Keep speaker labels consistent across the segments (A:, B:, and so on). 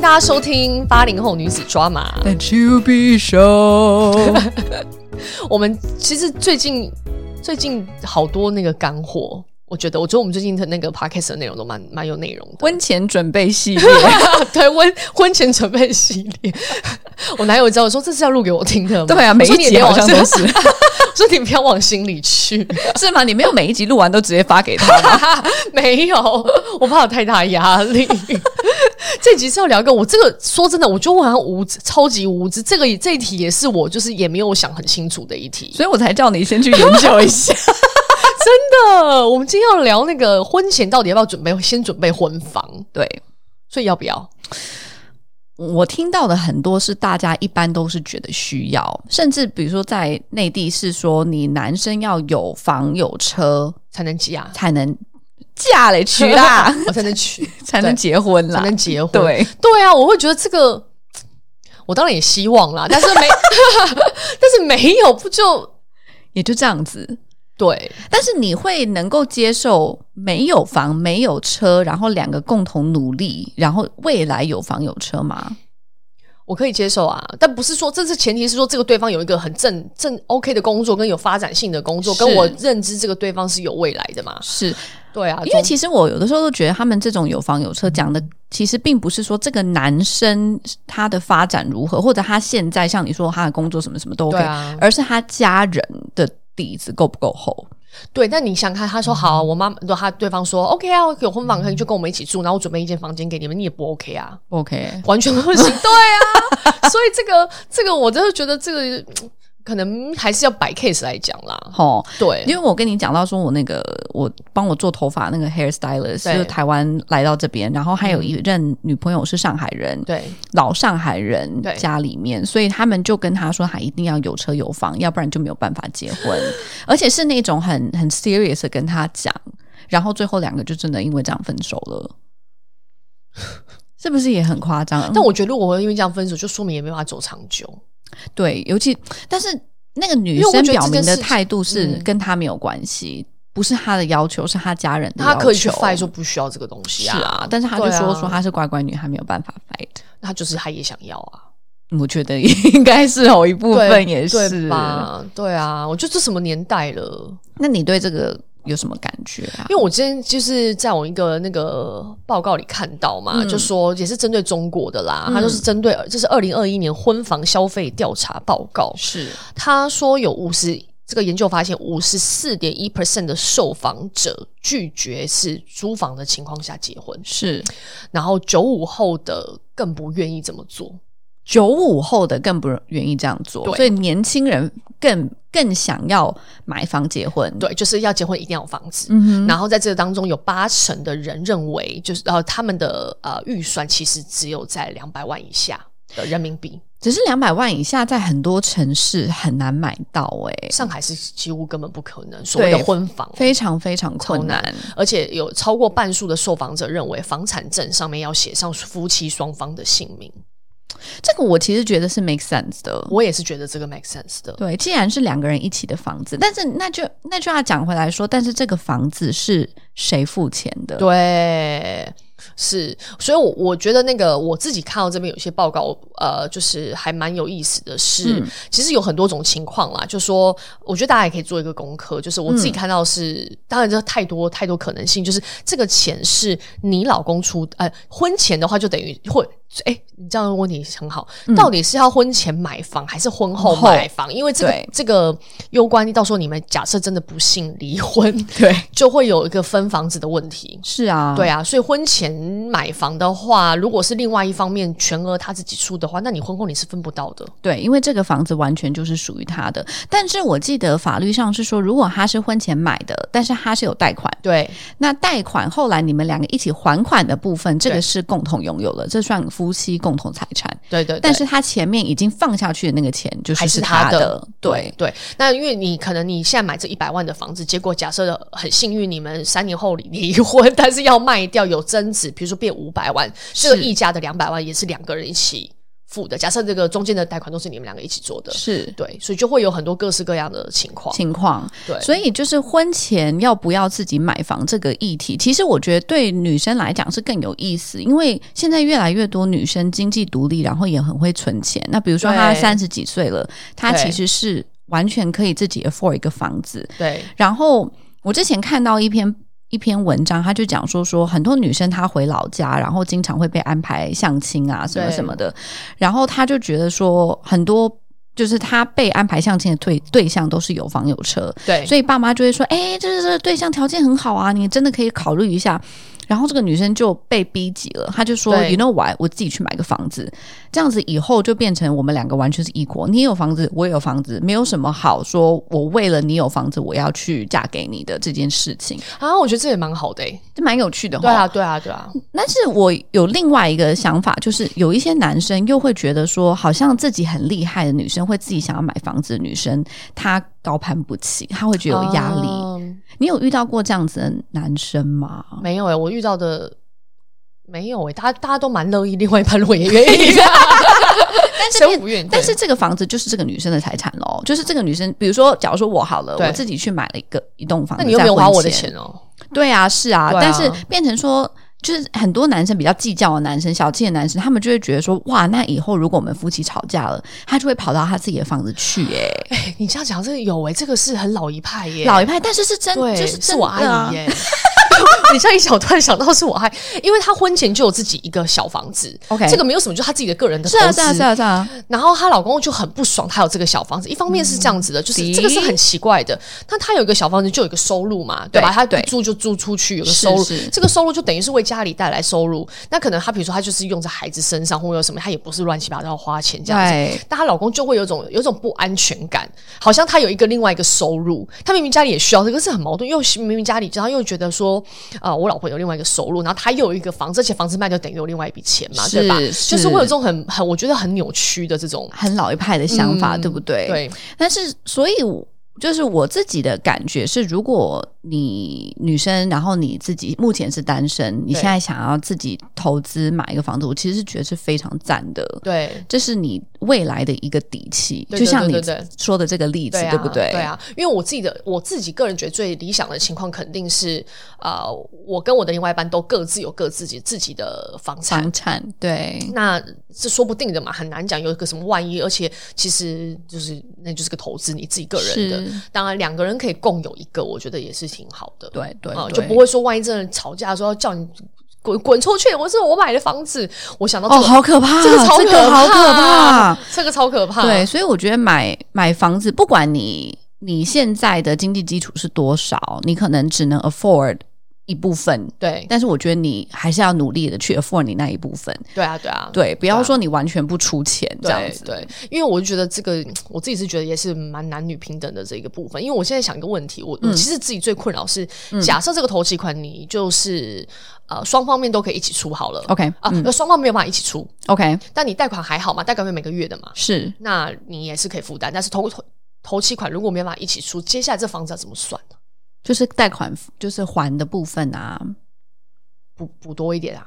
A: 大家收听八零后女子抓马。
B: That you be show
A: 我们其实最近最近好多那个干货，我觉得，我觉得我们最近的那个 podcast 的内容都蛮蛮有内容的。
B: 婚前准备系列，
A: 对婚婚前准备系列， 我男友知道，我说这是要录给我听的吗？
B: 对啊，每一集好像 都是，
A: 我说你不要往心里去，
B: 是吗？你没有每一集录完都直接发给他吗？
A: 没有，我怕有太大压力。 这集是要聊一个，我这个说真的，我觉得我好像无知，超级无知。这个也这一题也是我就是也没有想很清楚的一题。
B: 所以我才叫你先去研究一下。
A: 真的，我们今天要聊那个婚前到底要不要准备，先准备婚房，
B: 对
A: 所以要不要？
B: 我听到的很多是大家一般都是觉得需要，甚至比如说在内地是说你男生要有房有车
A: 才能嫁，
B: 才能嫁嘞娶 啦，
A: 我才能娶，
B: 才能结婚
A: 才
B: 啦。
A: 能结婚。
B: 对，
A: 对啊，我会觉得这个，我当然也希望啦，但是没， 但是没有不就
B: 也就这样子。
A: 对？
B: 但是你会能够接受没有房、没有车，然后两个共同努力，然后未来有房有车吗？
A: 我可以接受啊，但不是说这是前提是说这个对方有一个很正正 OK 的工作，跟有发展性的工作，
B: 是
A: 跟我认知这个对方是有未来的嘛？
B: 是
A: 对啊，
B: 因为
A: 总
B: 其实我有的时候都觉得他们这种有房有车讲的，其实并不是说这个男生他的发展如何，或者他现在像你说他的工作什么什么都 OK，、
A: 对啊
B: 而是他家人的底子够不够厚。
A: 对，但你想看，他
B: 嗯
A: 说好啊，我妈妈，他对方说 OK 啊，有婚房可以就跟我们一起住，然后我准备一间房间给你们，你也不 OK 啊，
B: OK，
A: 完全 不行。对啊，所以这个这个，我真的觉得这个嗯可能还是要摆 case 来讲啦。
B: 好，
A: 对，
B: 因为我跟你讲到说，我那个我帮我做头发那个 hair stylist
A: 对嗯
B: 就是台湾来到这边，然后还有一任女朋友是上海人，
A: 对
B: 老上海人
A: 对
B: 家里面，所以他们就跟他说，他一定要有车有房，要不然就没有办法结婚， 而且是那种很很 serious 的跟他讲，然后最后两个就真的因为这样分手了，是不是也很夸张？
A: 但我觉得如果我因为这样分手，就说明也没办法走长久。
B: 对，尤其但是那个女
A: 因为我
B: 生
A: 觉得
B: 表明
A: 这件
B: 的
A: 事情
B: 态度是
A: 嗯
B: 跟他没有关系，不是他的要求，是他家人的要
A: 他
B: 求。
A: 可以去 fight 说不需要这个东西
B: 是
A: 啊，
B: 啊，但是他就
A: 对啊
B: 说、说她是乖乖女，她没有办法 fight。
A: 他就是他也想要啊，
B: 我觉得应该是有一部分也
A: 对
B: 是
A: 吧？对啊，我觉得这什么年代了？
B: 那你对这个有什么感觉啊？
A: 因为我今天就是在我一个那个报告里看到嘛，就说也是针对中国的啦，
B: 嗯
A: 他就是针对这是二零二一年婚房消费调查报告，
B: 是
A: 他说有五十这个研究发现五十四点一 percent 的受访者拒绝是租房的情况下结婚，
B: 是，
A: 然后九五后的更不愿意这么做。
B: 九五后的更不愿意这样做，
A: 对
B: 所以年轻人更更想要买房结婚。，
A: 对，就是要结婚一定要有房子。
B: 嗯哼，
A: 然后在这个当中，有八成的人认为，就是呃，他们的呃预算其实只有在两百万以下的人民币。
B: 只是两百万以下，在很多城市很难买到、哎，
A: 上海是几乎根本不可能所谓的婚房，
B: 非常非常困
A: 超
B: 难。
A: 而且有超过半数的受访者认为，房产证上面要写上夫妻双方的姓名。
B: 这个我其实觉得是 make sense 的。
A: 我也是觉得这个 make sense 的。
B: 对，既然是两个人一起的房子，但是那就那就要讲回来说，但是这个房子是谁付钱的？，
A: 对，是，所以我，我觉得那个我自己看到这边有些报告，呃，就是还蛮有意思的是，
B: 嗯
A: 其实有很多种情况啦。就说，我觉得大家也可以做一个功课，就是我自己
B: 嗯
A: 看到是，当然这太多太多可能性，就是这个钱是你老公出，呃，婚前的话就等于会。哎、你这样的问题很好，到底是要婚前买房还是婚后
B: 嗯后
A: 买房？因为这个
B: 对
A: 这个攸关到时候你们假设真的不幸离婚，
B: 对，
A: 就会有一个分房子的问题。
B: 是啊，
A: 对啊，所以婚前买房的话，如果是另外一方面全额他自己出的话，那你婚后你是分不到的。
B: 对，因为这个房子完全就是属于他的。但是我记得法律上是说，如果他是婚前买的，但是他是有贷款，
A: 对
B: 那贷款后来你们两个一起还款的部分，这
A: 对
B: 个是共同拥有的，这算夫妻共同财产。
A: 对对
B: 但是他前面已经放下去的那个钱就是
A: 还是
B: 是
A: 他
B: 他
A: 的
B: 对，
A: 对，那因为你可能你现在买这一百万的房子，结果假设很幸运，你们三年后离离婚，但是要卖掉有争执，比如说变五百万，这个
B: 是
A: 溢价的两百万也是两个人一起付的。假设这个中间的贷款都是你们两个一起做的，
B: 是
A: 对，所以就会有很多各式各样的情况。
B: 情况。
A: 对，
B: 所以就是婚前要不要自己买房这个议题，其实我觉得对女生来讲是更有意思，因为现在越来越多女生经济独立，然后也很会存钱。那比如说她
A: 对
B: 三十几岁了，她
A: 对
B: 其实是完全可以自己 afford 一个房子。
A: 对
B: 然后我之前看到一篇。一篇文章，她就讲说说很多女生她回老家，然后经常会被安排相亲啊什么
A: 对
B: 什么的，然后她就觉得说很多就是她被安排相亲的对对象都是有房有车，
A: 对，
B: 所以爸妈就会说：“哎、这这这对象条件很好啊，你真的可以考虑一下。”然后这个女生就被逼急了，她就说
A: 对
B: ：“You know what？我自己去买个房子，这样子以后就变成我们两个完全是异国，你也有房子，我也有房子，没有什么好说我为了你有房子，我要去嫁给你的这件事情，
A: 啊，我觉得这也蛮好的、欸。
B: 这蛮有趣的、哦。
A: 对啊，对啊，对啊，
B: 但是我有另外一个想法，就是有一些男生又会觉得说，好像自己很厉害的女生，会自己想要买房子的女生，她高攀不起，她会觉得有压力。
A: 嗯
B: 你有遇到过这样子的男生吗？
A: 没有哎、我遇到的没有哎、大家大家都蛮乐意，另外一半如 果也愿意，啊但
B: 是
A: 谁会不愿意？
B: 但是这个房子就是这个女生的财产喽，就是这个女生，比如说，假如说我好了，
A: 对
B: 我自己去买了一个一栋房
A: 那
B: 子，
A: 你又没有
B: 在
A: 花
B: 婚
A: 我的
B: 前
A: 钱，哦、
B: 对啊，是啊，
A: 对啊
B: 但是变成说。就是很多男生比较计较的男生、小气的男生，他们就会觉得说：哇，那以后如果我们夫妻吵架了，他就会跑到他自己的房子去、欸，哎、
A: 哎你这样讲，这个有哎、这个是很老一派耶、
B: 老一派，但是是真，
A: 对，
B: 就是
A: 是
B: 真的
A: 我
B: 啊
A: 阿姨耶、 你这样一想，我突然想到是我阿姨，因为她婚前就有自己一个小房子
B: OK
A: 这个没有什么，就她自己的个人的
B: 是
A: 投
B: 啊，
A: 资。
B: 是啊，是啊，是啊，
A: 然后她老公就很不爽，她有这个小房子。一方面是这样子的，就是
B: 嗯的
A: 这个是很奇怪的。那她有一个小房子，就有一个收入嘛，对吧？
B: 对
A: 她
B: 对
A: 一租就租出去，有个收入
B: 是是，
A: 这个收入就等于是为家里带来收入。那可能她比如说她就是用在孩子身上，或者有什么，她也不是乱七八糟花钱这样子。
B: 对，
A: 但她老公就会有种有种不安全感，好像她有一个另外一个收入，她明明家里也需要这个，是很矛盾，又明明家里，然后又觉得说，呃，我老婆有另外一个收入，然后她又有一个房子，而且房子卖掉等于有另外一笔钱嘛，
B: 是
A: 对吧？
B: 是
A: 就是会有这种很很，我觉得很扭曲的这种
B: 很老一派的想法，
A: 嗯
B: 对不对？
A: 对
B: 但是，所以我就是我自己的感觉是，如果你女生，然后你自己目前是单身，你现在想要自己投资买一个房子，我其实是觉得是非常赞的。
A: 对。
B: 这是你未来的一个底气，
A: 对
B: 就像你
A: 对对对
B: 说的这个例子，
A: 对啊，
B: 不对？
A: 对啊，因为我自己的我自己个人觉得最理想的情况，肯定是呃，我跟我的另外一半都各自有各自己自己的房产
B: 房，产对，
A: 那这说不定的嘛，很难讲有一个什么万一，而且其实就是那就是个投资，你自己个人的
B: 是。
A: 当然，两个人可以共有一个，我觉得也是挺好的。
B: 对对
A: 啊、
B: 对
A: 就不会说万一真的吵架的时候要叫你滚滚出去，我是我买的房子，我想到这
B: 哦，
A: 个、
B: 好可怕，
A: 这个超
B: 这
A: 可啊嗯
B: 个好可怕。啊
A: 这个超可怕。
B: 对，所以我觉得买买房子，不管你你现在的经济基础是多少，你可能只能 afford 一部分，
A: 对
B: 但是我觉得你还是要努力的去 afford 你那一部分，
A: 对啊对啊
B: 对，不
A: 对
B: 要
A: 啊
B: 说你完全不出钱这样子，
A: 对，对因为我就觉得这个，我自己是觉得也是蛮男女平等的这个部分。因为我现在想一个问题，
B: 嗯
A: 我、我其实自己最困扰是，假设这个头期款你就是呃双方面都可以一起出好了
B: OK 嗯
A: 啊，那双、方没有办法一起出，
B: ，OK，
A: 但你贷款还好嘛，贷款费每个月的嘛，
B: 是
A: 那你也是可以负担。但是头头头期款如果没办法一起出，接下来这房子要怎么算呢？
B: 就是贷款就是还的部分啊，
A: 补补多一点啊！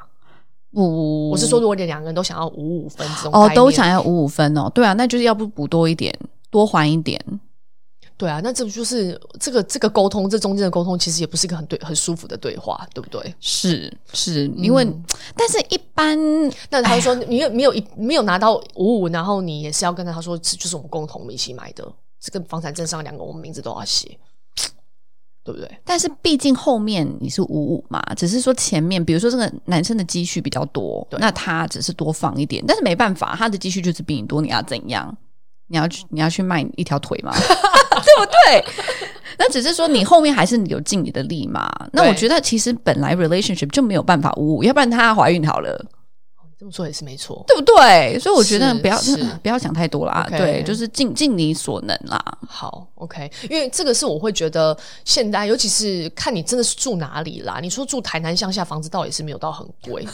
B: 五，
A: 我是说，如果你两个人都想要五五分这种
B: 哦
A: 概，
B: 都
A: 念
B: 想要五五分哦，对啊，那就是要不补多一点，多还一点，
A: 对啊，那这不就是这个这个沟通，这中间的沟通其实也不是一个很对很舒服的对话，对不对？
B: 是是，因为、哎
A: 嗯
B: 但是一般
A: 那他就说你有没有一没有拿到五五，然后你也是要跟他说，这就是我们共同一起买的，这个房产证上两个我们名字都要写，对不对？
B: 但是毕竟后面你是五五嘛，只是说前面，比如说这个男生的积蓄比较多，
A: 对
B: 那他只是多放一点，但是没办法，他的积蓄就是比你多，你要怎样？你要
A: 嗯
B: 去你要去卖一条腿 吗？ 对不对？那只是说你后面还是有尽你的力嘛。那我
A: 对
B: 觉得其实本来 relationship 就没有办法五五，要不然她怀孕好了，
A: 这么说也是没错。
B: 对不对？所以我觉得
A: 是
B: 不要
A: 是
B: 不要想太多啦
A: OK
B: 对，就是尽尽你所能啦。
A: 好，OK，因为这个是我会觉得现在，尤其是看你真的是住哪里啦。你说住台南乡下，房子倒也是没有到很贵。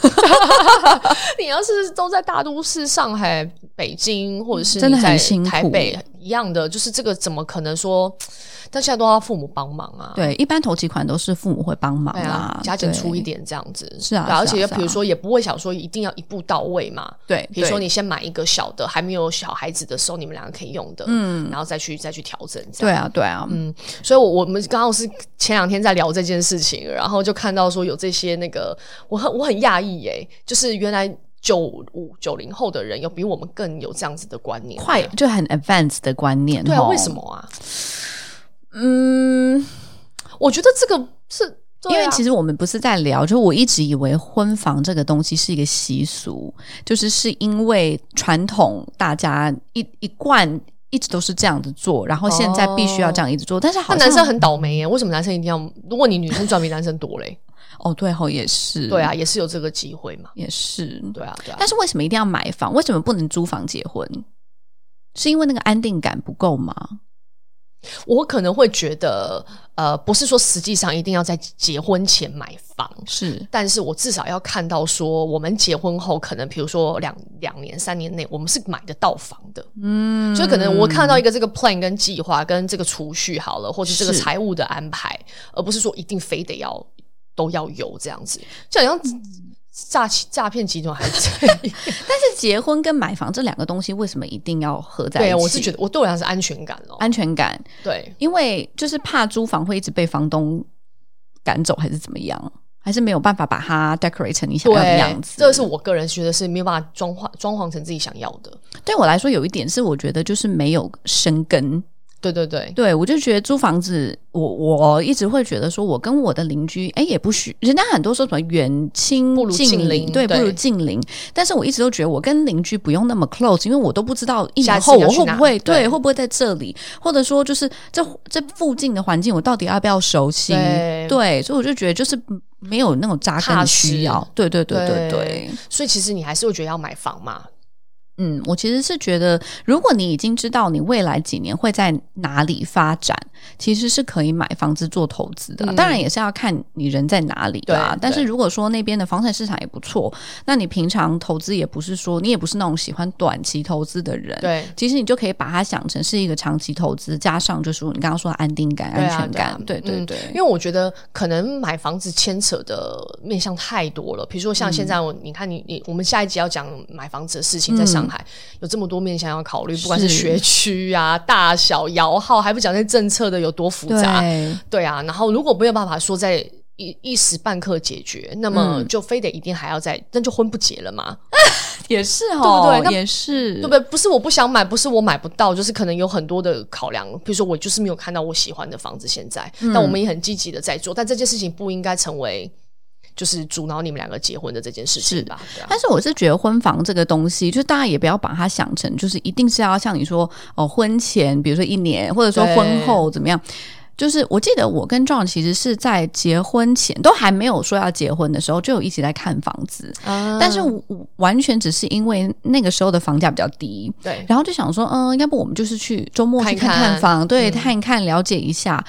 A: 你要是都在大都市，上海、北京，或者是
B: 真的
A: 你
B: 很
A: 在
B: 辛苦欸
A: 台北，一样的，就是这个怎么可能说？但现在都要父母帮忙啊，
B: 对，一般头期款都是父母会帮忙
A: 对啊
B: 啦，，
A: 加减出
B: 对
A: 一，点这样子
B: 是啊
A: 对
B: 是啊
A: 而且
B: 是
A: 又
B: 啊
A: 比如说也不会想说一定要一步到位嘛，
B: 对，
A: 比如说
B: 对
A: 你先买一个小的，还没有小孩子的时候，你们两个可以用的，嗯，然后再去再去调整这样。
B: 对啊，对啊，嗯，
A: 所以我，我们刚好是前两天在聊这件事情，然后就看到说有这些那个，我很我很讶异耶，就是原来九五九零后的人有比我们更有这样子的观念，
B: 快哦就很 advanced 的观念，
A: 啊对啊，
B: 吼
A: 为什么？啊？
B: 嗯，
A: 我觉得这个是、啊
B: 因为其
A: 实
B: 实我们不是在聊，就我一直以为婚房这个东西是一个习俗，就是是因为传统大家一一贯一直都是这样子做，然后现在必须要这样一直做，但是好
A: 那
B: 像
A: 哦男生很倒霉耶，为什么男生一定要？如果你女生赚比男生多嘞，
B: 哦，对吼、也是，
A: 对啊，，也是有这个机会嘛，
B: 也是，
A: 对啊，对啊
B: 但。是为什么一定要买房？为什么不能租房结婚？是因为那个安定感不够吗？
A: 我可能会觉得，呃，不是说实际上一定要在结婚前买房，
B: 是
A: 但是我至少要看到说，我们结婚后可能，比如说两两年、三年内，我们是买得到房的。嗯，所以可能我看到一个这个 plan 跟计划跟这个储蓄好了，或者这个
B: 是
A: 财务的安排，而不是说一定非得要都要有这样子，嗯就好像诈欺诈骗集团还 是这样
B: 但是结婚跟买房这两个东西为什么一定要合在一起？
A: 对，我是觉得我对我来讲是安全感哦。
B: 安全感，
A: 对，
B: 因为就是怕租房会一直被房东赶走，还是怎么样，还是没有办法把它 decorate 成你想要的
A: 对
B: 样，子。
A: 这是我个人觉得是没有办法装潢装潢成自己想要的。
B: 对我来说有一点是，我觉得就是没有生根。
A: 对对对，
B: 对我就觉得租房子，我我一直会觉得说，我跟我的邻居，哎，也不许人家很多说什么远亲
A: 不如近邻
B: 对，不
A: 对
B: 如近邻。但是我一直都觉得我跟邻居不用那么 close，因为我都不知道一
A: 下
B: 年
A: 次
B: 后
A: 要
B: 我
A: 去
B: 会
A: 哪
B: 不会对
A: 对
B: 会不会在这里，或者说就是这这附近的环境我到底要不要熟悉？
A: 对
B: 所以我就觉得就是没有那种扎根
A: 踏
B: 的
A: 实
B: 需要。对对对
A: 对
B: 对对。
A: 所以其实你还是会觉得要买房嘛，
B: 嗯，我其实是觉得，如果你已经知道你未来几年会在哪里发展，其实是可以买房子做投资的啦。
A: 嗯
B: 当然也是要看你人在哪里啦
A: 对。
B: 但是
A: 对
B: 如果说那边的房产市场也不错，那你平常投资也不是说你也不是那种喜欢短期投资的人，
A: 对。
B: 其实你就可以把它想成是一个长期投资，加上就是你刚刚说的安定感、
A: 对
B: 安
A: 啊
B: 全感，
A: 对
B: 对
A: 啊
B: 对
A: 嗯
B: 对，
A: 因为我觉得可能买房子牵扯的面向太多了，比如说像现在
B: 嗯
A: 我，你看你你我们下一集要讲买房子的事情，在上海、有这么多面向要考虑，不管是
B: 嗯是
A: 学区啊、大小、摇号，还不讲那政策的有多复杂，
B: 对
A: 对啊。然后如果没有办法说在一一时半刻解决，那么
B: 嗯
A: 就非得一定还要在，那就婚不结了嘛，
B: 也是
A: 不对
B: 哦，
A: 那
B: 也是
A: 对不对？不是我不想买，不是我买不到，就是可能有很多的考量。比如说，我就是没有看到我喜欢的房子，现在，
B: 嗯
A: 但我们也很积极的在做。但这件事情不应该成为就是阻挠你们两个结婚的这件事情吧？对啊
B: 但是我是觉得婚房这个东西，就大家也不要把它想成就是一定是要像你说哦，婚前比如说一年，或者说
A: 对
B: 婚后怎么样。就是我记得我跟 John 其实是在结婚前都还没有说要结婚的时候，就有一起在看房子，
A: 啊
B: 但是我我完全只是因为那个时候的房价比较低，
A: 对，
B: 然后就想说，嗯，要不我们就是去周末
A: 看
B: 去
A: 一看嗯
B: 看看房，对，看一看，了解一下。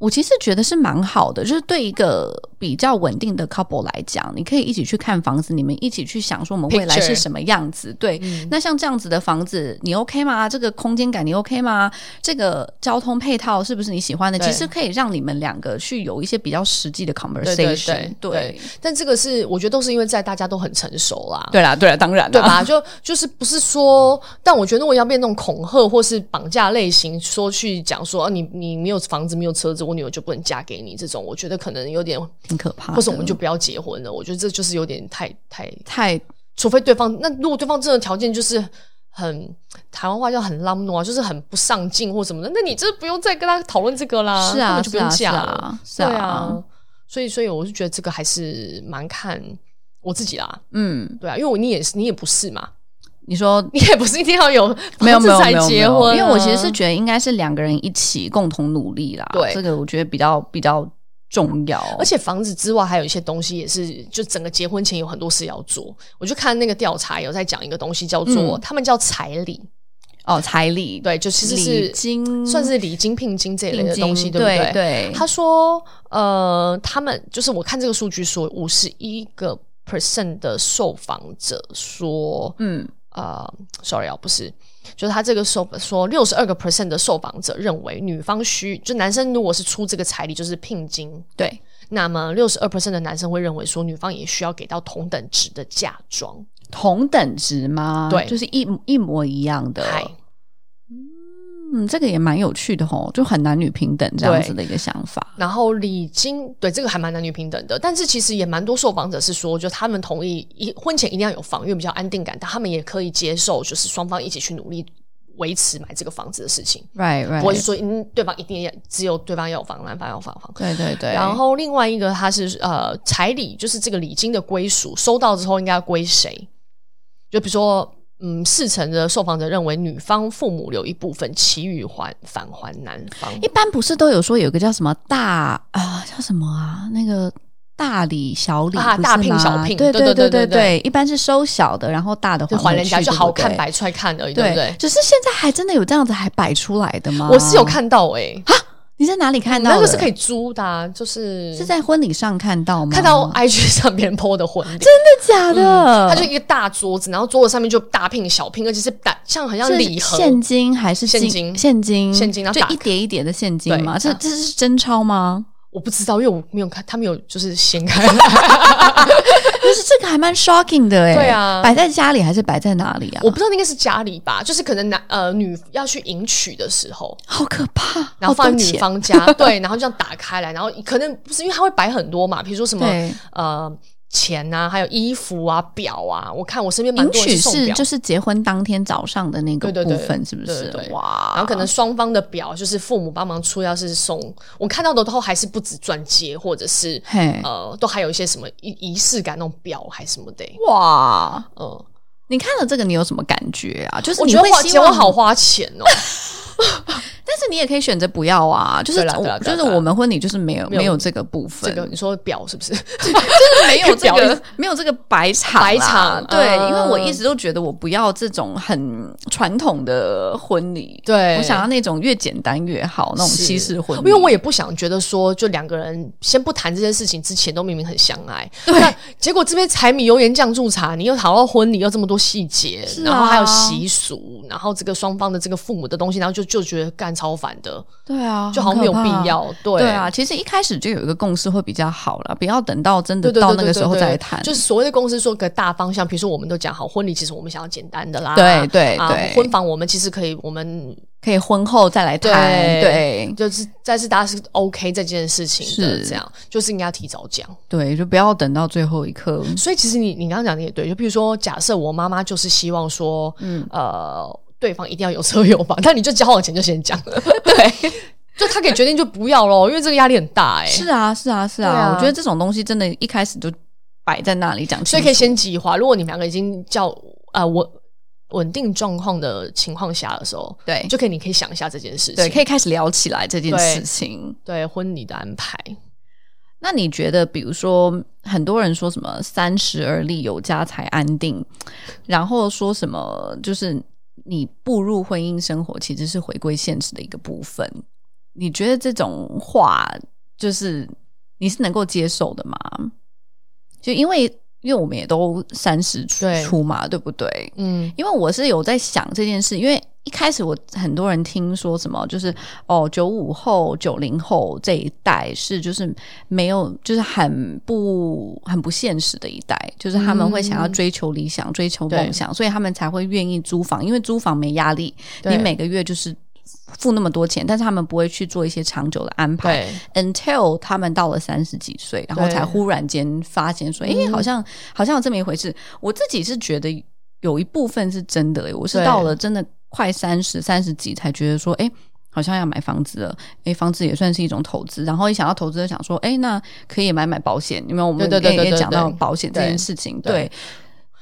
B: 我其实觉得是蛮好的，就是对一个比较稳定的 couple 来讲，你可以一起去看房子，你们一起去想说我们未来
A: Picture 嗯
B: 是什么样子。对，那像这样子的房子，你 OK 吗？这个空间感你 OK 吗？这个交通配套是不是你喜欢的？
A: 对
B: 其实可以让你们两个去有一些比较实际的 conversation
A: 对对对
B: 对
A: 但这个是我觉得都是因为在大家都很成熟啦。
B: 对啦，啊对啦，当然啦
A: 对吧？就就是不是说，但我觉得如果要变那种恐吓或是绑架类型，说去讲说、啊、你你没有房子没有车子，我女儿就不能嫁给你这种，我觉得可能有点，
B: 挺啊可怕的。
A: 或是我们就不要结婚了。我觉得这就是有点太太
B: 太
A: 除非对方那如果对方真的条件就是很台湾话叫很浪诺啊，就是很不上进或什么的，那你这不用再跟他讨论这个啦，
B: 是啊
A: 根本就不用
B: 是
A: 讲
B: 啊是啊
A: 了，
B: 是啊
A: 对啊，所以所以我是觉得这个还是蛮看我自己啦，
B: 嗯，
A: 对啊，因为我你也是你也不是嘛，
B: 你说
A: 你也不是一定要有
B: 没有
A: 房子
B: 没有
A: 才
B: 没有
A: 结
B: 没有
A: 婚啊、
B: 因为我其实是觉得应该是两个人一起共同努力啦。
A: 对
B: 这个我觉得比较比较重要。
A: 而且房子之外，还有一些东西也是，就整个结婚前有很多事要做。我就看那个调查有在讲一个东西，叫做、
B: 嗯
A: 他们叫彩礼，
B: 哦，彩礼
A: 对，就其实是
B: 礼金
A: 算是礼金、聘金这一类
B: 定
A: 的
B: 嗯金
A: 东西，
B: 对
A: 不
B: 对
A: 对？他说，呃，他们就是我看这个数据说，五十一个 percent 的受访者说，
B: 嗯
A: 呃，sorry 啊，不是，就是他这个受说六十二个 percent 的受访者认为女方需就男生如果是出这个彩礼就是聘金，
B: 对，
A: 那么六十二 percent 的男生会认为说女方也需要给到同等值的嫁妆。
B: 同等值吗？
A: 对
B: 就是一一模一样的。
A: 嗨，
B: 嗯，这个也蛮有趣的哦，就很男女平等这样
A: 对
B: 子的一个想法。
A: 然后礼金对这个还蛮男女平等的，但是其实也蛮多受访者是说，就他们同意一婚前一定要有房，因为比较安定感，但他们也可以接受，就是双方一起去努力维持买这个房子的事情，
B: Right,
A: 不会
B: right，
A: 是说嗯对方一定要只有对方要有房，男方要有房房。
B: 对对对。
A: 然后另外一个他是呃彩礼，就是这个礼金的归属，收到之后应该要归谁？就比如说。嗯，四成的受访者认为女方父母留一部分，其余还返还男方。
B: 一般不是都有说有个叫什么大啊、叫什么啊？那个大礼小礼
A: 啊
B: 不是
A: 大聘
B: 吗
A: 小聘
B: 对
A: 对
B: 对
A: 对对
B: 对对，一般是收小的，然后大的
A: 就
B: 还
A: 还人家
B: 回去
A: 就好看，。
B: 对
A: 摆出来看而已，
B: 不
A: 对
B: 对
A: 不
B: 对
A: 对，？
B: 只是现在还真的有这样子还摆出来的吗？
A: 我是有，看到哎、欸，
B: 你在哪里啊看到的？
A: 那个是可以租的、啊，就是
B: 是在婚礼上看到 吗？
A: 看到啊 IG 上别人 PO 的婚礼，
B: 真的假的？
A: 它就一个大桌子，然后桌子上面就大聘小聘，而且是大像很像
B: 是
A: 礼盒，
B: 现金还是
A: 现
B: 金
A: 金
B: 现金
A: 现金然后
B: 就
A: 打
B: 一叠一叠的现金
A: 对
B: 吗？这
A: 打
B: 这是真钞吗？
A: 我不知道，因为我没有看，他们有就是掀开，
B: 就是这个还蛮 shocking 的哎、
A: 对啊
B: 摆在家里还是摆在哪里啊？
A: 我不知道那个是家里吧，就是可能男呃女要去迎娶的时候，
B: 好可怕，
A: 然后
B: 好
A: 放
B: 多
A: 在女
B: 钱
A: 方 家，对，然后这样打开来，然后可能不是因为它会摆很多嘛，比如说什么
B: 对
A: 呃钱啊，还有衣服啊、表啊，我看我身边蛮
B: 迎
A: 多人
B: 娶
A: 送
B: 是
A: 表
B: 就。是结婚当天早上的那个
A: 对对
B: 部
A: 对
B: 分，是不是？
A: 对对对
B: 哇，
A: 然后可能双方的表就是父母帮忙出，要是送我看到的都还是不止钻戒，或者是
B: 嘿
A: 呃，都还有一些什么仪仪式感那种表还什么的、
B: 哇，
A: 嗯，
B: 你看了这个你有什么感觉啊？就是
A: 我
B: 你
A: 觉
B: 会
A: 得花
B: 希
A: 结婚
B: 望
A: 好，花钱哦、
B: 但是你也可以选择不要啊。就是
A: 对啦对啦
B: 我
A: 对
B: 就
A: 啦
B: 是我们婚礼就是没有
A: 没有
B: 没有 这个部分，
A: 这个你说表是不是？
B: 没有这
A: 表
B: 个
A: 演
B: 没有这个白场啦
A: 白场
B: 对，
A: 嗯
B: 因为我一直都觉得我不要这种很传统的婚礼，
A: 对
B: 我想要那种越简单越好，那种
A: 是
B: 西式婚
A: 因
B: 礼，
A: 为我也不想觉得说，就两个人先不谈这件事情之前都明明很相爱，
B: 对
A: 那结果这边柴米油盐酱醋茶，你又讨到婚礼又这么多细节，
B: 是啊
A: 然后还有习俗，然后这个双方的这个父母的东西，然后就就觉得干超烦的，
B: 对啊，
A: 就好像没
B: 很
A: 有
B: 可怕
A: 必。要，对
B: 对啊，其实一开始就有一个共识会比较好了，不要等到真的
A: 对对对
B: 到
A: 对
B: 那个时候
A: 对对
B: 再来谈。
A: 就是所谓的公司说个大方向，比如说我们都讲好婚礼，其实我们想要简单的啦，
B: 对对
A: 啊
B: 对
A: 婚房我们其实可以，我们
B: 可以婚后再来谈。
A: 对
B: 对
A: 就是但是大家是 OK 这件事情的，
B: 是
A: 这样就是应该要提早讲。
B: 对，就不要等到最后一刻。
A: 所以其实你你刚刚讲的也对，就比如说假设我妈妈就是希望说，嗯呃。对方一定要有车有房，那 你就交往前就先讲，
B: 对，
A: 就他可以决定就不要咯，因为这个压力很大哎、
B: 是啊，是啊，是啊。
A: 对啊
B: 我觉得这种东西真的，一开始就摆在那里讲清楚，
A: 所以可以先计划。如果你们两个已经叫呃稳稳定状况的情况下的时候，
B: 对
A: 就可以你可以想一下这件事情，
B: 对，可以开始聊起来这件
A: 对
B: 事情。
A: 对婚礼的安排，
B: 那你觉得，比如说，很多人说什么“三十而立，有家才安定”，然后说什么就是你步入婚姻生活其实是回归现实的一个部分。你觉得这种话，就是你是能够接受的吗？就因为因为我们也都三十出
A: 对
B: 出嘛，对不对？
A: 嗯，
B: 因为我是有在想这件事，因为一开始我很多人听说什么，就是哦，九五后、九零后这一代是就是没有，就是很不很不现实的一代，就是他们会想要
A: 嗯
B: 追求理想、追求
A: 对
B: 梦想，所以他们才会愿意租房，因为租房没压力，
A: 对
B: 你每个月就是付那么多钱，但是他们不会去做一些长久的安排。
A: 对
B: until 他们到了三十几岁，然后
A: 对
B: 才忽然间发现说，哎、
A: 嗯
B: 好像好像有这么一回事。我自己是觉得有一部分是真的、诶我是
A: 对
B: 到了真的快三十、三十几才觉得说，哎、好像要买房子了，哎、房子也算是一种投资。然后一想要投资，就想说，哎、那可以买买保险。因为我们
A: 对对对
B: 也也
A: 对对
B: 讲到
A: 对
B: 保险这件
A: 对
B: 事情，
A: 对
B: 对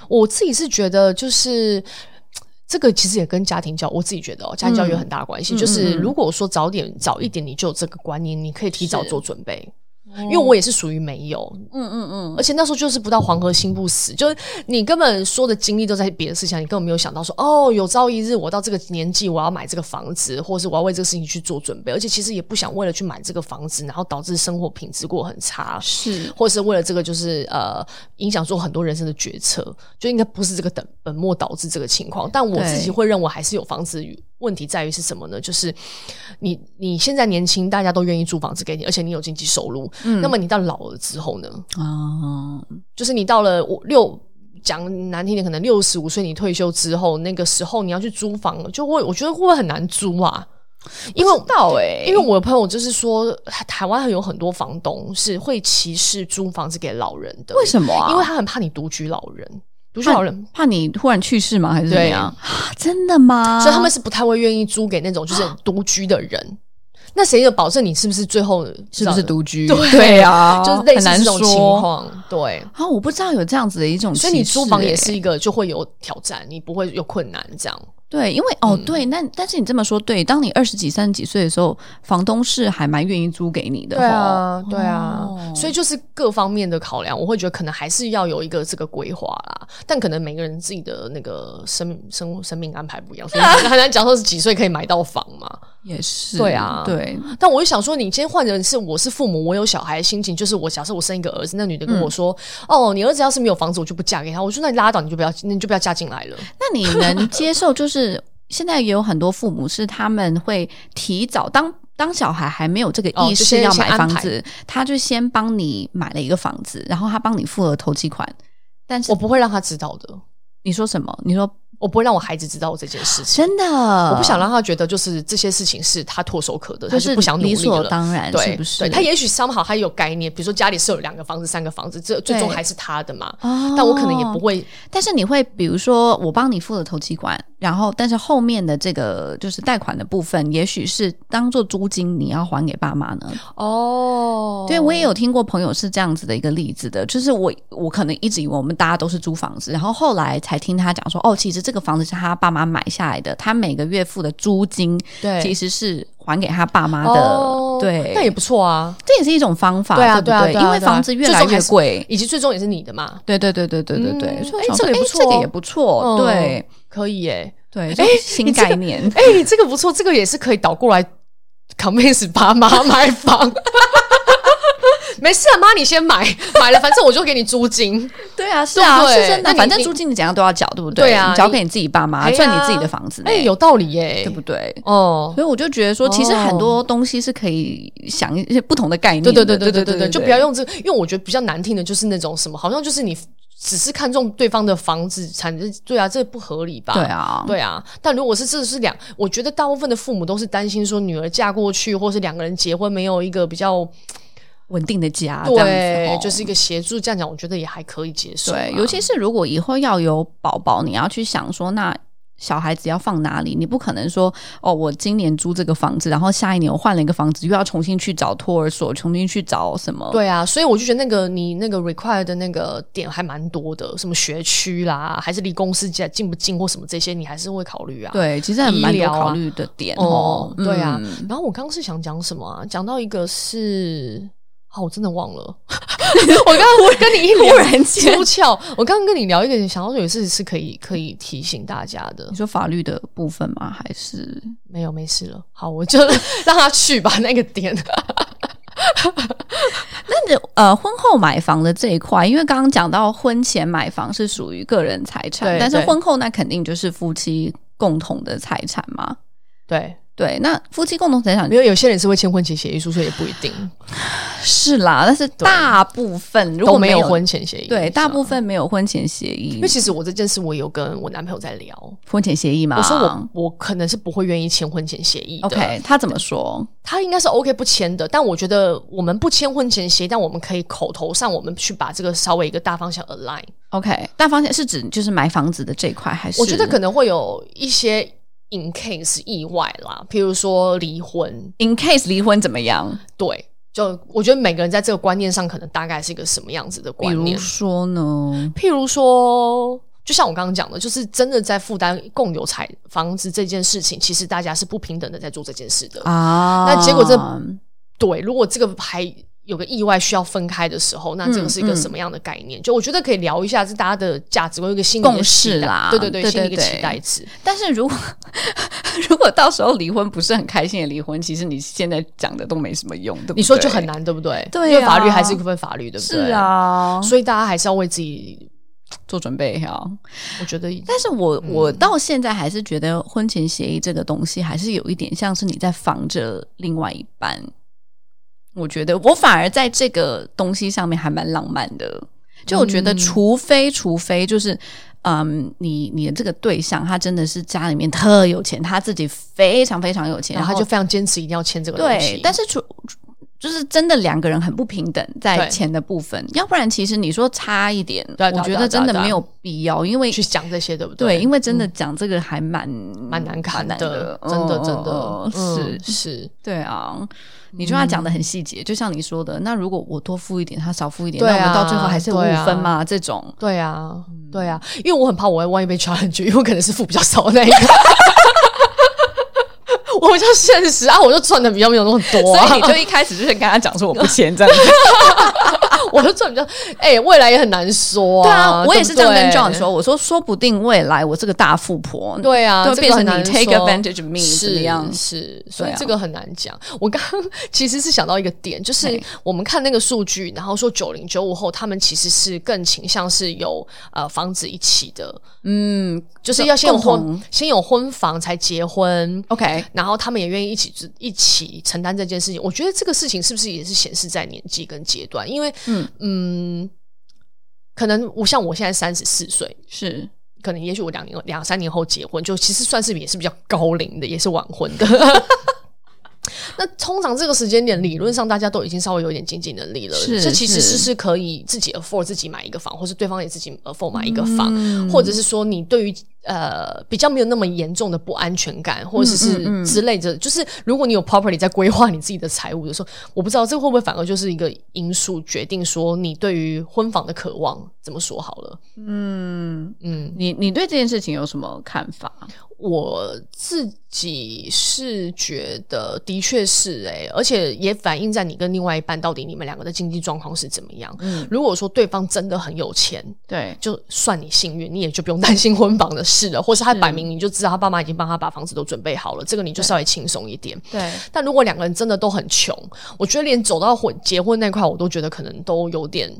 A: 我自己是觉得就是。这个其实也跟家庭教，我自己觉得哦，家庭教育有很大关系。
B: 嗯
A: 就是
B: 嗯嗯
A: 如果说早点早一点，你就有这个观念，你可以提早
B: 是哦
A: 做准备。因为我也是属于没有，
B: 嗯嗯嗯，
A: 而且那时候就是不到黄河心不死，就是你根本说的精力都在别的事情上，你根本没有想到说哦，有朝一日我到这个年纪，我要买这个房子，或是我要为这个事情去做准备，而且其实也不想为了去买这个房子，然后导致生活品质过得很差，
B: 是
A: 或是为了这个就是呃影响做很多人生的决策，就应该不是这个等本末导致这个情况。但我自己
B: 对
A: 会认为还是有房子问题在于是什么呢？就是你你现在年轻，大家都愿意租房子给你，而且你有经济收入，那么你到老了之后呢？
B: 啊，
A: 就是你到了五六。讲难听点，可能六十五岁你退休之后，那个时候你要去租房，就会我觉得会不会很难租啊？因为
B: 到哎
A: 因为我的朋友就是说，台台湾有很多房东是会歧视租房子给老人的，
B: 为什么啊？
A: 因为他很怕你独居老人，独居老人，
B: 怕你突然去世吗？还是怎么
A: 对
B: 样？啊真的吗？
A: 所以他们是不太会愿意租给那种就是独居的人。那谁有保证你是不是最后
B: 是不是？独居？
A: 对
B: 啊，
A: 就是类
B: 很
A: 似
B: 难
A: 这种情
B: 说
A: 况，对。
B: 啊！我不知道有这样子的一种歧视
A: 所
B: 欸，
A: 以你租房也是一个就会有挑战，你不会有困难这样。
B: 对，因为
A: 嗯
B: 哦，对，那但是你这么说对，当你二十几、三十几岁的时候，房东是还蛮愿意租给你的，
A: 对，啊，对啊，
B: 哦
A: 所以就是各方面的考量，我会觉得可能还是要有一个这个规划啦。但可能每个人自己的那个生生生命安排不一样，所以很难讲说是几岁可以买到房嘛。
B: 也是，
A: 对啊
B: 对，
A: 但我就想说，你今天换人是我是父母，我有小孩的心情，就是我假设我生一个儿子，那女的跟我说：“哦，你儿子要是没有房子，我就不嫁给他。”我说：“那你拉倒，你就不要，你就不要嫁进来了。
B: 那你能接受？就是现在也有很多父母是他们会提早当当小孩还没有这个
A: 哦
B: 意
A: 就
B: 识
A: 先
B: 要
A: 先
B: 买
A: 安
B: 房
A: 排
B: 子，他就先帮你买了一个房子，然后他帮你付了头期款。但”是
A: 我不会让他知道的，
B: 你说什么？你说
A: 我不会让我孩子知道我这件事情。
B: 真的？
A: 我
B: 我
A: 不想让他觉得就是这些事情是他唾手可得，
B: 嗯就
A: 他
B: 是
A: 不想努力
B: 理所
A: 了。
B: 当然，
A: 对，
B: 是不是？
A: 对他也许商好，他有概念，比如说家里是有两个房子、三个房子，这最终
B: 对
A: 还是他的嘛。
B: 哦
A: 但我可能也不会，
B: 但是你会比如说，我帮你付了头期款，然后但是后面的这个就是贷款的部分，也许是当做租金你要还给爸妈呢。
A: 哦
B: 对我也有听过朋友是这样子的一个例子的，就是我我可能一直以为我们大家都是租房子，然后后来才听他讲说，哦，其实这个房子是他爸妈买下来的，他每个月付的租金
A: 对
B: 其实是还给他爸妈的，
A: 哦
B: 对，
A: 那也不错啊，
B: 这也是一种方法，
A: 对啊
B: 不
A: 对啊对啊
B: 因为
A: 对啊
B: 房子越
A: 最
B: 来
A: 终还
B: 越
A: 是
B: 贵。
A: 以及最终也是你的嘛，
B: 对对对对对对对，
A: 嗯
B: 所以
A: 哎
B: 我想
A: 这个也不
B: 说哎这
A: 错
B: 个
A: 哦
B: 也不错，
A: 嗯
B: 对，
A: 可以耶。
B: 对，哎，新概念，
A: 哎、这个不错，这个也是可以倒过来 convince 爸 妈买房。 没事啊，妈，你先买，买了反正我就给你租 金。
B: 对啊，是啊，
A: 对不对
B: 是真
A: 那
B: 的，
A: 你
B: 反正
A: 你
B: 租金你怎样都要缴，对不
A: 对啊
B: 你缴给你自己爸妈，
A: 哎呀
B: 算你自己的房子呢，
A: 哎、有道理耶、
B: 对不对？
A: 哦，
B: 所以我就觉得说，其实
A: 哦
B: 很多东西是可以想一些不同的概念的，
A: 对对对对
B: 对
A: 对对
B: 对，
A: 对，就不要用这个，因为我觉得比较难听的就是那种什么，好像就是你只是看中对方的房子产生，对啊，这不合理吧？
B: 对。啊，
A: 对啊，但如果是这是两，我觉得大部分的父母都是担心说女儿嫁过去，或是两个人结婚没有一个比较
B: 稳定的家，这样子
A: 对
B: 哦，
A: 就是一个协助。这样讲，我觉得也还可以接受啊。
B: 对，尤其是如果以后要有宝宝，你要去想说那。小孩子要放哪里？你不可能说哦，我今年租这个房子，然后下一年我换了一个房子，又要重新去找托儿所，重新去找什么？
A: 对啊，所以我就觉得那个你那个 require 的那个点还蛮多的，什么学区啦，还是离公司近近不近或什么这些，你还是会考虑啊。
B: 对，其实很
A: 医
B: 蛮多
A: 疗啊
B: 考虑的点
A: 哦
B: 哦，。
A: 对啊
B: 嗯。
A: 然后我刚刚是想讲什么啊？讲到一个是，哦，我真的 忘了。我刚刚我跟你一
B: 忽
A: 脸
B: 然间
A: 出， 窍，我刚刚跟你聊一个，想到有事是可以可以提醒大家的
B: 你。说法律的部分吗？还是
A: 没有，没事了。好，我就让他去吧。那个点，
B: 那你呃婚后买房的这一块，因为刚刚讲到婚前买房是属于个人财产
A: 对，
B: 但是
A: 对
B: 婚后那肯定就是夫妻共同的财产嘛。
A: 对，
B: 对，那夫妻共同财产
A: 没有有些人是会签婚前协议书，所以也不一定
B: 是啦，但是大部分如
A: 都
B: 果
A: 没
B: 有
A: 有婚前协议。
B: 对，大部
A: 分。
B: 分没有婚前协议
A: 因为，其实我这件事，我有跟我男朋友在聊。
B: 婚前协议嘛。
A: 我说我我可能是不会愿意签婚前协议的
B: 啊 OK，他怎么说？
A: 他应该是 OK 不签的，但我觉得我们不签婚前协议，但我们可以口头上我们去把这个稍微一个大方向 align。
B: OK，大方向是指就是买房子的这一块，还是
A: 我觉得可能会有一些 in case 意外啦，譬如说离婚，
B: in case 离婚怎么样？
A: 对，就我觉得每个人在这个观念上可能大概是一个什么样子的
B: 比
A: 观
B: 如
A: 念，
B: 说呢？
A: 譬如说。就像我刚刚讲的，就是真的在负担共有财房子这件事情，其实大家是不平等的在做这件事的。
B: 啊，
A: 那结果这对，如果这个还有个意外需要分开的时候，那这个是一个什么样的概念？就我觉得可以聊一下，是大家的价值观，有一个心理的
B: 嗯共识
A: 期待
B: 啦
A: 对对对，
B: 对
A: 心理
B: 对
A: 一个期
B: 对
A: 待值。
B: 但是如果 如果到时候离婚不是很开心的离婚，其实你现在讲的都没什么用，对不对？
A: 你说就很难，对不对？
B: 对
A: 因
B: 啊
A: 为法律还是一份法律，对不对？
B: 是，啊，
A: 所以大家还是要为自己，
B: 做准备哈。
A: 我觉得
B: 但是我
A: 嗯
B: 我到现在还是觉得婚前协议这个东西还是有一点像是你在防着另外一半。我觉得我反而在这个东西上面还蛮浪漫的，就我觉得
A: 嗯
B: 除非、除非就是。嗯，你你的这个对象，他真的是家里面特有钱，他自己非常非常有钱，
A: 然后
B: 后
A: 他就非常坚持一定要签这个东西
B: 对，，但是除就是真的两个人很不平等在
A: 对
B: 钱的部分，要不然其实你说差一点，
A: 对啊对
B: 我
A: 啊
B: 觉
A: 对啊
B: 得真的
A: 对啊
B: 没有必要，因为
A: 去讲这些，对不
B: 对，因
A: 为
B: 为真的讲这个还蛮蛮
A: 蛮难看
B: 看
A: 的，
B: 嗯
A: 真的
B: 嗯
A: 真
B: 嗯
A: 的
B: 是
A: 嗯是，
B: 对啊，你就要讲的很细节，就像你说的，那如果我多付一点，他少付一点，
A: 对
B: 那
A: 啊
B: 我们到最后还是有
A: 对啊
B: 五分嘛？这种
A: 对啊
B: 嗯
A: 对啊，因为我很怕我万一被 challenge，因为我可能是付比较少的那 一个。我比较现实啊，我就赚的比较没有那么多、啊，
B: 所以你就一开始就是跟他讲说我不签这样子。
A: 我就赚比较，哎、未来也很难说、
B: 对
A: 啊
B: 啊，，我也是这样跟
A: 对
B: John 说，我说说不定未来我这个大富婆，
A: 对啊，
B: 就
A: 这
B: 变
A: 个
B: 成
A: 很难
B: 你 take
A: 说
B: advantage of me 怎么样？
A: 是，所以
B: 对啊
A: 这个很难讲。我刚 刚其实是想到一个点，就是
B: 嘿
A: 我们看那个数据，然后说九零九五后他们其实是更倾向是有呃房子一起的，
B: 嗯
A: 就是要先有
B: 共
A: 婚
B: 同，
A: 先有婚房才结婚。
B: ，OK，
A: 然后他们也愿意一起一起承担这件事情，我觉得这个事情是不是也是显示在年纪跟阶段？因为嗯
B: 嗯
A: 可能我像我现在三十四岁，
B: 是
A: 可能也许我两年两三年后结婚，就其实算是也是比较高龄的，也是晚婚的。 那通常这个时间点，理论上大家都已经稍微有一点经济能力了，
B: 是
A: 这其实是
B: 是
A: 是可以自己 afford 自己买一个房，或是对方也自己 afford 买一个房，
B: 嗯
A: 或者是说你对于呃比较没有那么严重的不安全感，或者是
B: 嗯嗯嗯
A: 之类的，就是如果你有 property 在规划你自己的财务的时候，我不知道这会不会反而就是一个因素决定说你对于婚房的渴望，怎么说好了？
B: 嗯，
A: 嗯，
B: 你你对这件事情有什么看法？
A: 我自己是觉得，的确是哎、而且也反映在你跟另外一半到底你们两个的经济状况是怎么样。
B: 嗯
A: 如果说对方真的很有钱，
B: 对，
A: 就算你幸运，你也就不用担心婚房的事了，或是他摆明你就知道他爸妈已经帮他把房子都准备好了，这个你就稍微轻松一点。
B: 对，
A: 但如果两个人真的都很穷，我觉得连走到婚结婚那块，我都觉得可能都有点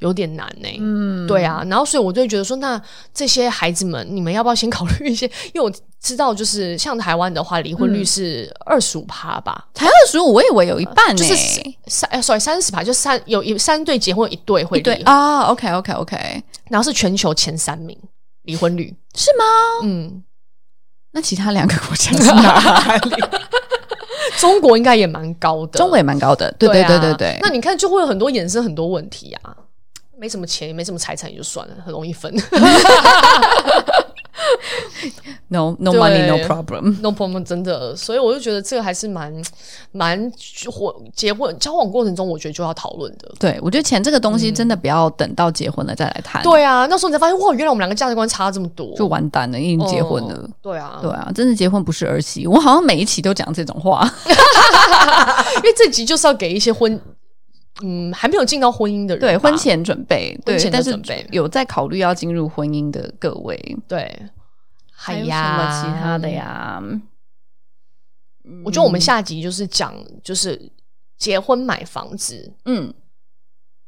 A: 有点难呢、
B: 嗯，
A: 对啊，然后所以我就会觉得说，那这些孩子们，你们要不要先考虑一些？因为我知道，就是像台湾的话，离婚率
B: 嗯
A: 是二十五趴吧，
B: 才二十五，我以为有一半呢、
A: 就是
B: 欸
A: 三呃，sorry 三十趴，就三有一三对结婚有一对会
B: 一对
A: 离，
B: 啊，OK OK OK，
A: 然后是全球前三名离婚率，
B: 是吗？
A: 嗯，
B: 那其他两个国家是 哪里？
A: 中国应该也蛮高的，
B: 中国也蛮高的，对
A: 对
B: 对对对
A: 啊
B: 对。
A: 那你看就会有很多衍生很多问题啊。没什么钱，也没什么财产，也就算了，很容易 分。
B: No no
A: 对
B: money no problem，
A: no problem，真的，所以我就觉得这个还是蛮蛮婚结婚交往过程中，我觉得就要讨论的。
B: 对我觉得钱这个东西真的不要等到结婚了再来谈，，
A: 对啊，那时候你才发现，哇，原来我们两个价值观差这么多，
B: 就完蛋了，已经结婚了
A: 嗯。对啊，
B: 对啊，真的结婚不是儿媳，我好像每一期都讲这种 话。
A: 因为这集就是要给一些婚，嗯，还没有进到婚姻的人吧，
B: 对，婚前准备，对
A: 婚前，的
B: 但是
A: 准备
B: 有在考虑要进入婚姻的各位，哎
A: 对，还
B: 还有什
A: 呀
B: 么其他的？呀？嗯
A: 嗯我觉得我们下集就是讲，就是结婚买房子
B: 嗯，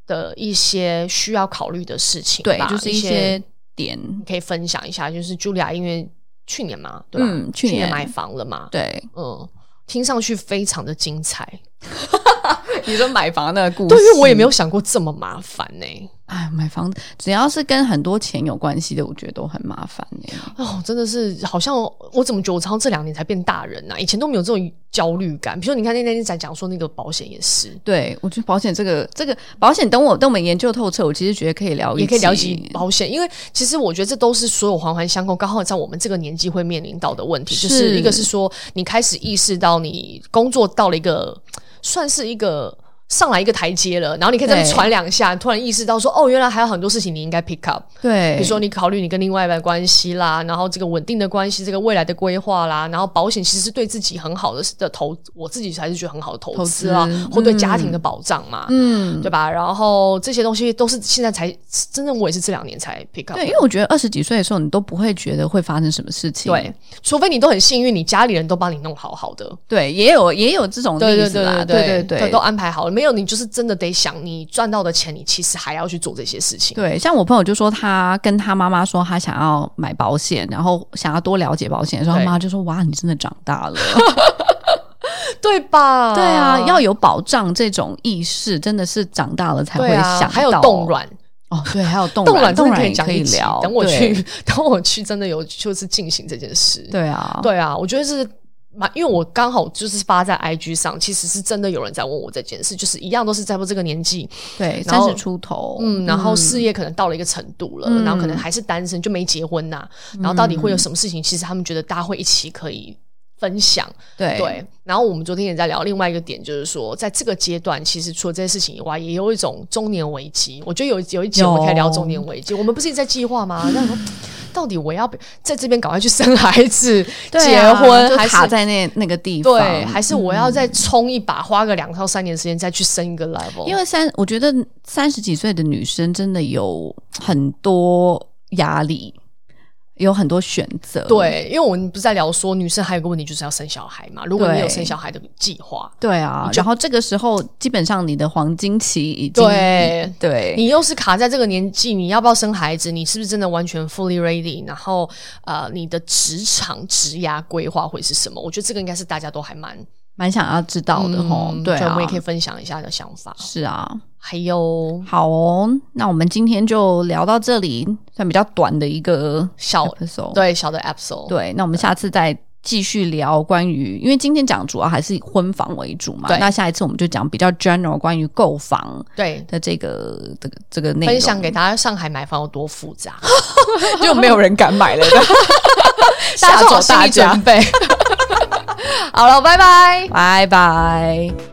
A: 的一些需要考虑的事情吧，
B: 对，就是
A: 一
B: 一些点，
A: 你可以分享一下，就是茱莉亚因为去年嘛，对吧？
B: 嗯
A: 去
B: 去年
A: 买房了嘛，
B: 对，
A: 嗯，听上去非常的精彩。
B: 你说买房的故事，
A: 对，因为我也没有想过这么麻烦呢、
B: 哎，买房子只要是跟很多钱有关系的，我觉得都很麻烦哎、
A: 哦，真的是，好像我怎么觉得我常常这两年才变大人啊呐、以前都没有这种焦虑感。比如说，你看那天在讲说那个保险也是，
B: 对，我觉得保险这个这个保险，等我等我们研究透彻，我其实觉得可以聊一，
A: 也可以聊起。保险，因为其实我觉得这都是所有环环相扣，刚好在我们这个年纪会面临到的问题，
B: 是
A: 就是一个是说你开始意识到你工作到了一个算是一个上来一个台阶了，然后你可以再
B: 对
A: 传两下，突然意识到说，哦，原来还有很多事情你应该 pick up。
B: 对，
A: 比如说你考虑你跟另外一半关系啦，然后这个稳定的关系，这个未来的规划啦，然后保险其实是对自己很好的的投，我自己还是觉得很好的投资啦
B: 投资，
A: 或对家庭的保障嘛，
B: 嗯，
A: 对吧？然后这些东西都是现在才真正我也是这两年才 pick up 的。
B: 对，因为我觉得二十几岁的时候，你都不会觉得会发生什么事情。
A: 对，除非你都很幸运，你家里人都帮你弄好好的，
B: 对，也有也有这种例
A: 对
B: 子啦，
A: 对
B: 对
A: 对
B: 对
A: 都安排好了。没有你就是真的得想，你赚到的钱，你其实还要去做这些事情。
B: 对，像我朋友就说，他跟他妈妈说他想要买保险，然后想要多了解保险的时候，他
A: 对
B: 妈就说：“哇，你真的长大 了。
A: 对吧？”
B: 对啊，要有保障这种意识，真的是长大了才会
A: 对
B: 想到。
A: 啊，还有冻卵，
B: 哦，对，还有冻
A: 冻
B: 卵，
A: 卵
B: 冻
A: 真的
B: 卵
A: 可以
B: 也
A: 讲
B: 可以
A: 一集
B: 聊。
A: 等我
B: 对
A: 去，，等我去，真的有就是进行这件事。
B: 对啊，
A: 对啊，我觉得是蛮，因为我刚好就是发在 IG 上，其实是真的有人在问我这件事，就是一样都是在不这个年纪，
B: 对，
A: 然
B: 三
A: 后
B: 十出头，
A: 嗯，然后事业可能到了一个程度了，
B: 嗯
A: 然后可能还是单身就没结婚呐、然后到底会有什么事情？其实他们觉得大家会一起可以分享，
B: 对
A: 对，然后我们昨天也在聊另外一个点，就是说，在这个阶段，其实除了这些事情以外，也有一种中年危机。我觉得有有一集我们可以聊中年危机。我们不是一直在计划吗？那说到底我要不在这边赶快去生孩子、
B: 对
A: 结
B: 啊
A: 婚，
B: 就
A: 还
B: 卡
A: 是
B: 在那那个地方，
A: 对，嗯还是我要再冲一把，花个两到三年时间再去生一个 level？
B: 因为三，我觉得三十几岁的女生真的有很多压力，有很多选择。
A: 对，因为我们不是在聊说，女生还有个问题就是要生小孩嘛。如果你有
B: 对
A: 生小孩的计划，
B: 对啊，然后这个时候基本上你的黄金期已经
A: 对
B: 对
A: 你又是卡在这个年纪，你要不要生孩子？你是不是真的完全 fully ready？然后呃，你的职场职涯规划会是什么？我觉得这个应该是大家都还蛮
B: 蛮想要知道的吼。对
A: 嗯所以我
B: 啊
A: 们，也可以分享一下你的想法。
B: 是啊，
A: 还有
B: 好哦，那我们今天就聊到这里，算比较短的一个
A: 小
B: episode。
A: 对小的 episode，
B: 嗯对，那我们下次再继续聊关于，因为今天讲主要还是以婚房为主嘛，
A: 对
B: 那下一次我们就讲比较 general 关于购房
A: 对
B: 的这个这个这个内容，
A: 分享给大家上海买房有多复 杂，
B: 就没有人敢买 了，
A: 大家做好心理
B: 家
A: 啊准备。好了，拜拜。
B: 拜拜。